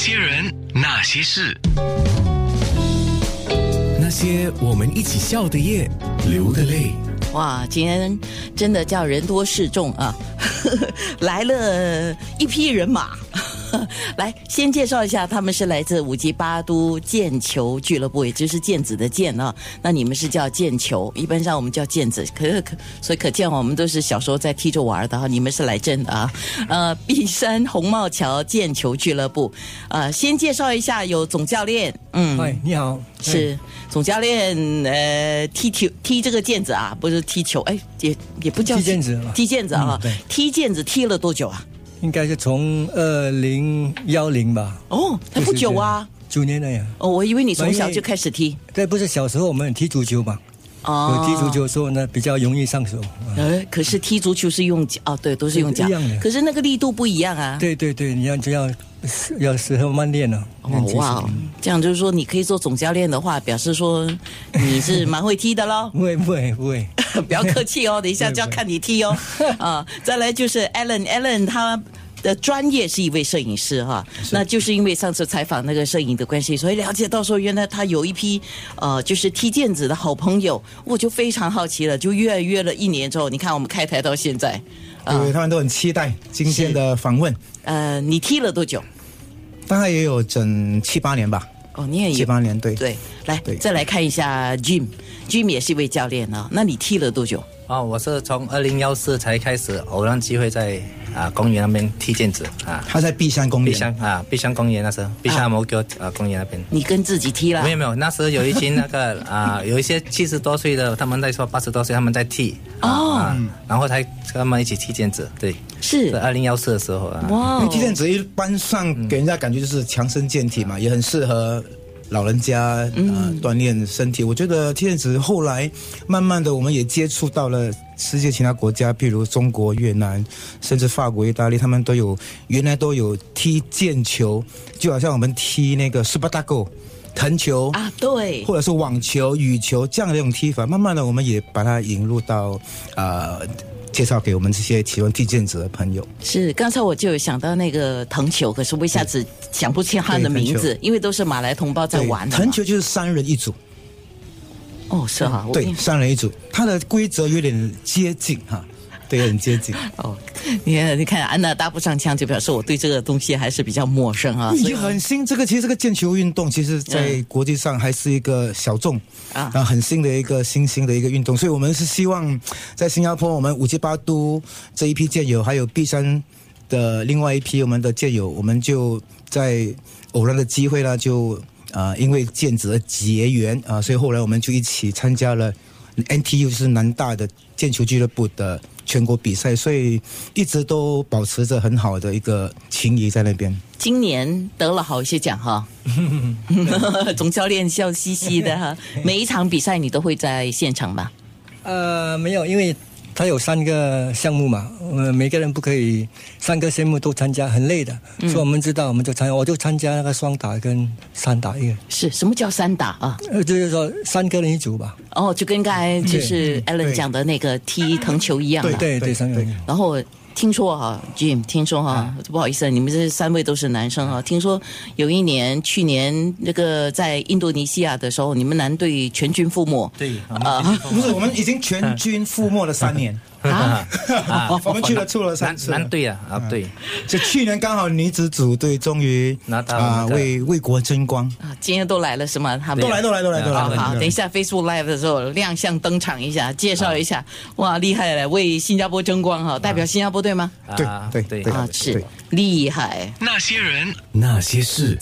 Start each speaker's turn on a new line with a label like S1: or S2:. S1: 些人，那些事，那些我们一起笑的夜，流的泪。
S2: 哇，今天真的叫人多势众啊， 来了一批人马。 来，先介绍一下，他们是来自五级八都毽球俱乐部，也就是毽子的毽啊。那你们是叫毽球，一般上我们叫毽子。可可，所以可见我们都是小时候在踢着玩的哈。你们是来真的啊。呃，碧山红帽桥毽球俱乐部，呃，先介绍一下，有总教练，嗯，
S3: 嗨，你好，哎
S2: 是总教练，呃，踢球踢这个毽子啊，不是踢球，哎，也也不叫
S3: 踢毽子
S2: 踢毽子啊
S3: 嗯对，
S2: 踢毽子踢了多久啊？
S3: 应该是从二零幺零吧，
S2: 哦，还不久啊。
S3: 九年了呀。
S2: 哦，我以为你从小就开始踢。
S3: 对，不是小时候我们踢足球嘛，
S2: 哦
S3: 有踢足球的时候呢，比较容易上手。啊
S2: 呃，可是踢足球是用脚，哦，对，都是用脚
S3: 一样的，
S2: 可是那个力度不一样啊。
S3: 对对对，你要就要要时候慢练了。。
S2: 哦，哇哦，这样就是说你可以做总教练的话，表示说你是蛮会踢的喽
S3: 不会不会不会，
S2: 不要客气哦，等一下就要看你踢 哦。啊，再来就是 Allen，Allen 他。的专业是一位摄影师哈，那就是因为上次采访那个摄影的关系，所以了解到说原来他有一批呃，就是踢毽子的好朋友，我就非常好奇了，就约约了一年之后，你看我们开台到现在，啊、
S4: 对，他们都很期待今天的访问，
S2: 呃，你踢了多久？
S4: 大概也有整七八年吧，
S2: 哦，你也有
S4: 七八年对。
S2: 对，来
S4: 对
S2: 再来看一下 Jim，Jim 也是一位教练啊、那你踢了多久？
S5: 啊、我是从二零幺四才开始，偶然机会在啊公园那边踢毽子啊，
S4: 他在碧山公
S5: 碧
S4: 园，
S5: 山啊碧山公园那时候，碧山摩哥啊公园那边。
S2: 你跟自己踢了
S5: 没？有没有，那时候有一群那个 啊、有一些七十多岁的，他们在说八十多岁，他们在踢啊、
S2: 哦
S5: 啊然后才跟他们一起踢毽子，对，
S2: 是
S5: 是二零幺四的时候啊，
S2: 哇
S4: 因
S2: 哦，
S4: 为踢毽子一般上给人家感觉就是强身健体嘛，也很适合老人家啊、呃锻炼身体。我觉得踢毽子后来慢慢的我们也接触到了世界其他国家，譬如中国、越南，甚至法国、意大利，他们都有原来都有踢毽球，就好像我们踢那个 super taco 藤球
S2: 啊，对，
S4: 或者是网球、羽球这样的一种踢法，慢慢的我们也把它引入到呃，介绍给我们这些喜欢踢毽子的朋友。
S2: 是刚才我就有想到那个藤球，可是我一下子想不起他的
S4: 对藤
S2: 名字
S4: 球，
S2: 因为都是马来同胞在
S4: 对
S2: 玩的嘛
S4: 藤球就是三人一组，
S2: 哦，是哈，我
S4: 对，三人一组，它的规则有点接近哈，对，很接近。
S2: 哦，你看，你看安娜搭不上腔，就表示我对这个东西还是比较陌生啊。所以
S4: 也很新，这个其实这个毽球运动，其实在
S2: 嗯
S4: 国际上还是一个小众
S2: 啊
S4: 啊，很新的一个新兴的一个运动，所以我们是希望在新加坡，我们五级八都这一批剑友，还有碧山的呃另外一批我们的剑友，我们就在偶然的机会啦，就啊、因为毽子而结缘啊、所以后来我们就一起参加了
S2: 嗯
S4: NTU，就是南大的毽球俱乐部的。全国比赛，所以一直都保持着很好的一个情谊在那边。
S2: 今年得了好一些奖 哈，总教练笑嘻嘻的 哈。每一场比赛你都会在现场吧？
S3: 呃，没有，因为它有三个项目嘛，呃，每个人不可以三个项目都参加，很累的。
S2: 嗯
S3: 所以我们知道，我们就参加，我就参加那个双打跟三打一个，
S2: 是什么叫三打啊？
S3: 呃，就是说三个人一组吧。
S2: 哦，就跟刚才就是
S4: 对
S2: Alan 讲的那个踢藤球一样啊
S4: 对
S3: 对
S4: 对
S3: 对，三个人一
S4: 对
S3: 组。
S2: 然后我听说哈、j i m 听说哈、
S4: 啊
S2: 不好意思，你们这三位都是男生啊。听说有一年，去年那个在印度尼西亚的时候，你们男队全军覆没。
S5: 对，我们
S2: 啊，
S4: 不是，我们已经全军覆没了三 年，
S2: 啊
S4: 我们去了出了三
S5: 男
S4: 次了嗯
S5: 男队啊啊对，
S4: 就去年刚好女子组队终于
S5: 拿到
S4: 啊、
S5: 那个
S4: 为为国争光，
S2: 啊，今天都来了是吗？他们
S4: 都来都来都来
S5: 啊
S4: 都来
S2: 好
S4: 都来。
S2: 好，
S4: 都来啊
S2: 等一下 Facebook Live 的时候亮相登场一下，介绍一下，哇，厉害了，为新加坡争光哈，代表新加坡队吗？
S5: 啊
S4: 对对对
S2: 啊，
S4: 对
S2: 是厉害。
S1: 那些人，那些事。